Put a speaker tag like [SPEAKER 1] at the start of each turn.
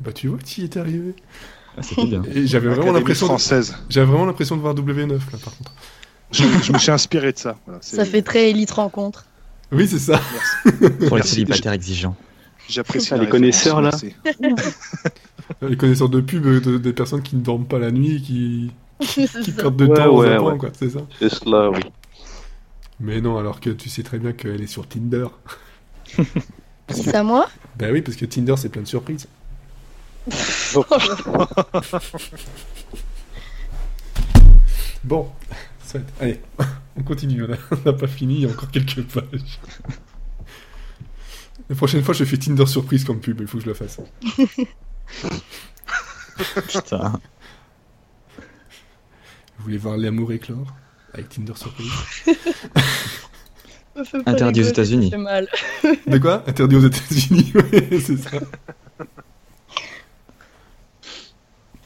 [SPEAKER 1] Bah tu vois, tu y étais arrivé.
[SPEAKER 2] Ah, C'était bien.
[SPEAKER 1] Et j'avais vraiment
[SPEAKER 3] Académie
[SPEAKER 1] l'impression, de-
[SPEAKER 3] française.
[SPEAKER 1] j'avais vraiment l'impression de voir W9 là par contre.
[SPEAKER 3] Je, je me suis inspiré de ça. Voilà, c'est-
[SPEAKER 4] Ça fait très élite rencontre.
[SPEAKER 1] Oui, c'est ça.
[SPEAKER 2] Pour les
[SPEAKER 3] Merci,
[SPEAKER 2] célibataires exigeants.
[SPEAKER 3] J'apprécie
[SPEAKER 5] Ah,
[SPEAKER 3] la
[SPEAKER 5] les
[SPEAKER 3] référence,
[SPEAKER 5] connaisseurs, là.
[SPEAKER 3] merci.
[SPEAKER 1] Les connaisseurs de pub, euh, de- des personnes qui ne dorment pas la nuit, qui,
[SPEAKER 4] C'est
[SPEAKER 1] qui
[SPEAKER 4] ça.
[SPEAKER 1] perdent de
[SPEAKER 5] Ouais,
[SPEAKER 1] temps
[SPEAKER 5] ouais,
[SPEAKER 1] aux appoints,
[SPEAKER 5] ouais.
[SPEAKER 1] quoi, c'est ça.
[SPEAKER 5] C'est cela, oui.
[SPEAKER 1] Mais non, alors que tu sais très bien qu'elle est sur Tinder.
[SPEAKER 4] C'est à moi
[SPEAKER 1] Bah oui, parce que Tinder c'est plein de surprises. Bon, soit. Allez, on continue, on a- on n'a pas fini, il y a encore quelques pages. La prochaine fois, je fais Tinder surprise comme pub, il faut que je le fasse.
[SPEAKER 2] Putain.
[SPEAKER 1] Vous voulez voir l'amour éclore avec Tinder surprise
[SPEAKER 4] Me fais pas
[SPEAKER 2] Interdit aux
[SPEAKER 4] rigoler,
[SPEAKER 2] États-Unis.
[SPEAKER 4] ça fait mal.
[SPEAKER 1] De quoi Interdit aux États-Unis, ouais, c'est ça.